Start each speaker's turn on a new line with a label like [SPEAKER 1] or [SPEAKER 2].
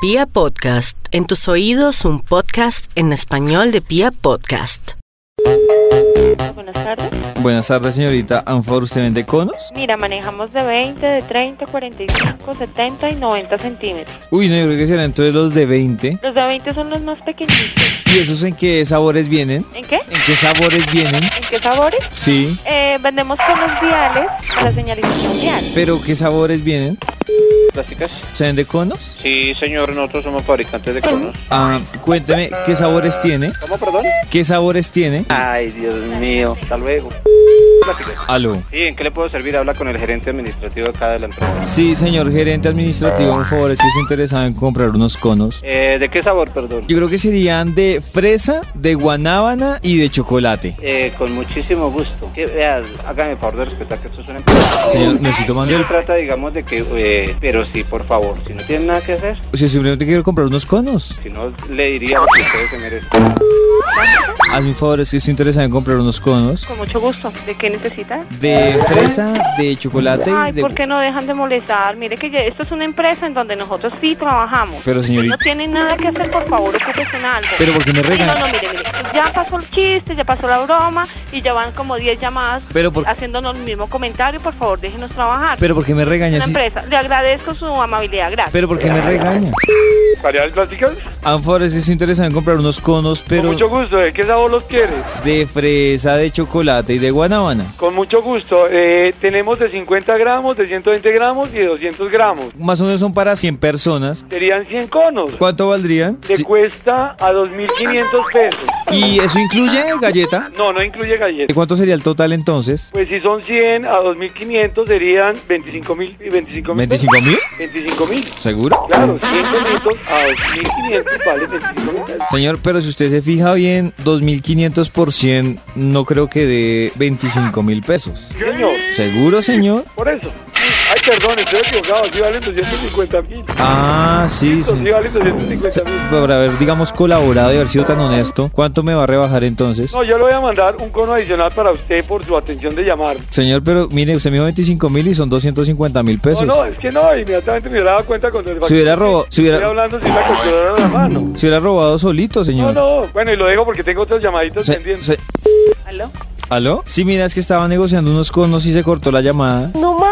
[SPEAKER 1] Pia Podcast, en tus oídos un podcast en español de Pia Podcast.
[SPEAKER 2] Buenas tardes.
[SPEAKER 3] Buenas tardes, señorita. Anfor, ¿usted vende conos?
[SPEAKER 2] Mira, manejamos de 20, de 30, 45, 70 y 90 centímetros.
[SPEAKER 3] Uy, no, yo creo que serán entonces los de 20.
[SPEAKER 2] Los de 20 son los más pequeñitos.
[SPEAKER 3] ¿Y esos en qué sabores vienen?
[SPEAKER 2] ¿En qué?
[SPEAKER 3] ¿En qué sabores vienen?
[SPEAKER 2] ¿En qué sabores?
[SPEAKER 3] Sí.
[SPEAKER 2] Eh, vendemos conos viales para señalización vial.
[SPEAKER 3] ¿Pero qué sabores vienen?
[SPEAKER 4] plásticas?
[SPEAKER 3] ¿Se vende conos?
[SPEAKER 4] Sí, señor, nosotros somos fabricantes de conos.
[SPEAKER 3] Ah, cuénteme, ¿qué sabores tiene?
[SPEAKER 4] ¿Cómo, perdón?
[SPEAKER 3] ¿Qué sabores tiene? Ah,
[SPEAKER 4] Ay, Dios mío. Hasta luego.
[SPEAKER 3] Aló.
[SPEAKER 4] Sí, ¿en qué le puedo servir? Habla con el gerente administrativo acá de la empresa.
[SPEAKER 3] Sí, señor gerente administrativo, por favor, es que estoy interesado en comprar unos conos.
[SPEAKER 4] Eh, ¿De qué sabor, perdón?
[SPEAKER 3] Yo creo que serían de fresa, de guanábana y de chocolate.
[SPEAKER 4] Eh, con muchísimo gusto. Que, vea, hágame el favor de respetar que esto es una empresa.
[SPEAKER 3] Señor, me estoy tomando
[SPEAKER 4] Se
[SPEAKER 3] el...
[SPEAKER 4] trata, digamos, de que... eh, pero sí, por favor, si no tienen nada que hacer,
[SPEAKER 3] O sea, simplemente quiero comprar unos conos.
[SPEAKER 4] si no, le diría lo que ustedes se merecen.
[SPEAKER 3] Hazme un favor, es que estoy interesado en comprar unos conos.
[SPEAKER 2] Con mucho gusto. ¿De qué necesitas?
[SPEAKER 3] De fresa, de chocolate y
[SPEAKER 2] Ay,
[SPEAKER 3] de...
[SPEAKER 2] ¿por qué no dejan de molestar? Mire que ya- esto es una empresa en donde nosotros sí trabajamos.
[SPEAKER 3] Pero, señorita-
[SPEAKER 2] Si no tienen nada que hacer, por favor, ocúpense en algo.
[SPEAKER 3] Pero, ¿por qué me
[SPEAKER 2] Sí,
[SPEAKER 3] regaña?
[SPEAKER 2] No, no, mire, mire. Ya pasó el chiste, ya pasó la broma y ya van como 10 llamadas
[SPEAKER 3] Pero, ¿por-
[SPEAKER 2] haciéndonos el mismo comentario. Por favor, déjenos trabajar.
[SPEAKER 3] Pero porque me regaña
[SPEAKER 2] una
[SPEAKER 3] así.
[SPEAKER 2] empresa. Le agradezco su amabilidad. Gracias.
[SPEAKER 3] Pero porque me regaña.
[SPEAKER 4] ¿Variedades plásticas?
[SPEAKER 3] Anfores es interesante comprar unos conos, pero
[SPEAKER 4] gusto. ¿De qué sabor los quieres?
[SPEAKER 3] de fresa, de chocolate y de guanábana.
[SPEAKER 4] Con mucho gusto. Eh, tenemos de 50 gramos, de 120 gramos y de 200 gramos.
[SPEAKER 3] Más o menos son para 100 personas.
[SPEAKER 4] Serían 100 conos.
[SPEAKER 3] ¿Cuánto valdrían?
[SPEAKER 4] Te
[SPEAKER 3] Sí.
[SPEAKER 4] cuesta a 2.500 pesos.
[SPEAKER 3] ¿Y eso incluye galleta?
[SPEAKER 4] No, no incluye
[SPEAKER 3] ¿Y
[SPEAKER 4] galletas.
[SPEAKER 3] cuánto sería el total entonces?
[SPEAKER 4] Pues si son 100 a 2.500 serían 25.000 y 25.000.
[SPEAKER 3] ¿25 mil?
[SPEAKER 4] 25.000.
[SPEAKER 3] ¿Seguro?
[SPEAKER 4] Claro, 100 pesitos a 2.500 vale 25.000 pesos.
[SPEAKER 3] Señor, pero si usted se fija bien, 2.500 por 100 no creo que dé 25 mil pesos.
[SPEAKER 4] Señor,
[SPEAKER 3] ¿Seguro, señor?
[SPEAKER 4] por eso. Ay, perdón, estoy equivocado. Sí valen 250.000.
[SPEAKER 3] Ah, sí,
[SPEAKER 4] Sí
[SPEAKER 3] sí.
[SPEAKER 4] valen
[SPEAKER 3] Se-
[SPEAKER 4] 250.000.
[SPEAKER 3] Por haber, digamos, colaborado y haber sido tan honesto, ¿cuánto me va a rebajar entonces?
[SPEAKER 4] No, yo le voy a mandar un cono adicional para usted por su atención de llamar.
[SPEAKER 3] Señor, pero mire, usted me dio 25 mil y son 250 mil
[SPEAKER 4] No,
[SPEAKER 3] pesos.
[SPEAKER 4] no, es que no, inmediatamente me hubiera dado cuenta cuando el
[SPEAKER 3] Si hubiera robado- si hubiera-
[SPEAKER 4] Estoy hablando sin la calculadora en la mano.
[SPEAKER 3] Se hubiera robado solito,
[SPEAKER 4] No,
[SPEAKER 3] señor.
[SPEAKER 4] no, bueno, y lo dejo porque tengo otros llamaditos
[SPEAKER 3] Se-
[SPEAKER 4] pendientes.
[SPEAKER 3] se-
[SPEAKER 2] ¿Aló?
[SPEAKER 3] ¿Aló? Sí, mira, es que estaba negociando unos conos y se cortó la llamada.
[SPEAKER 2] No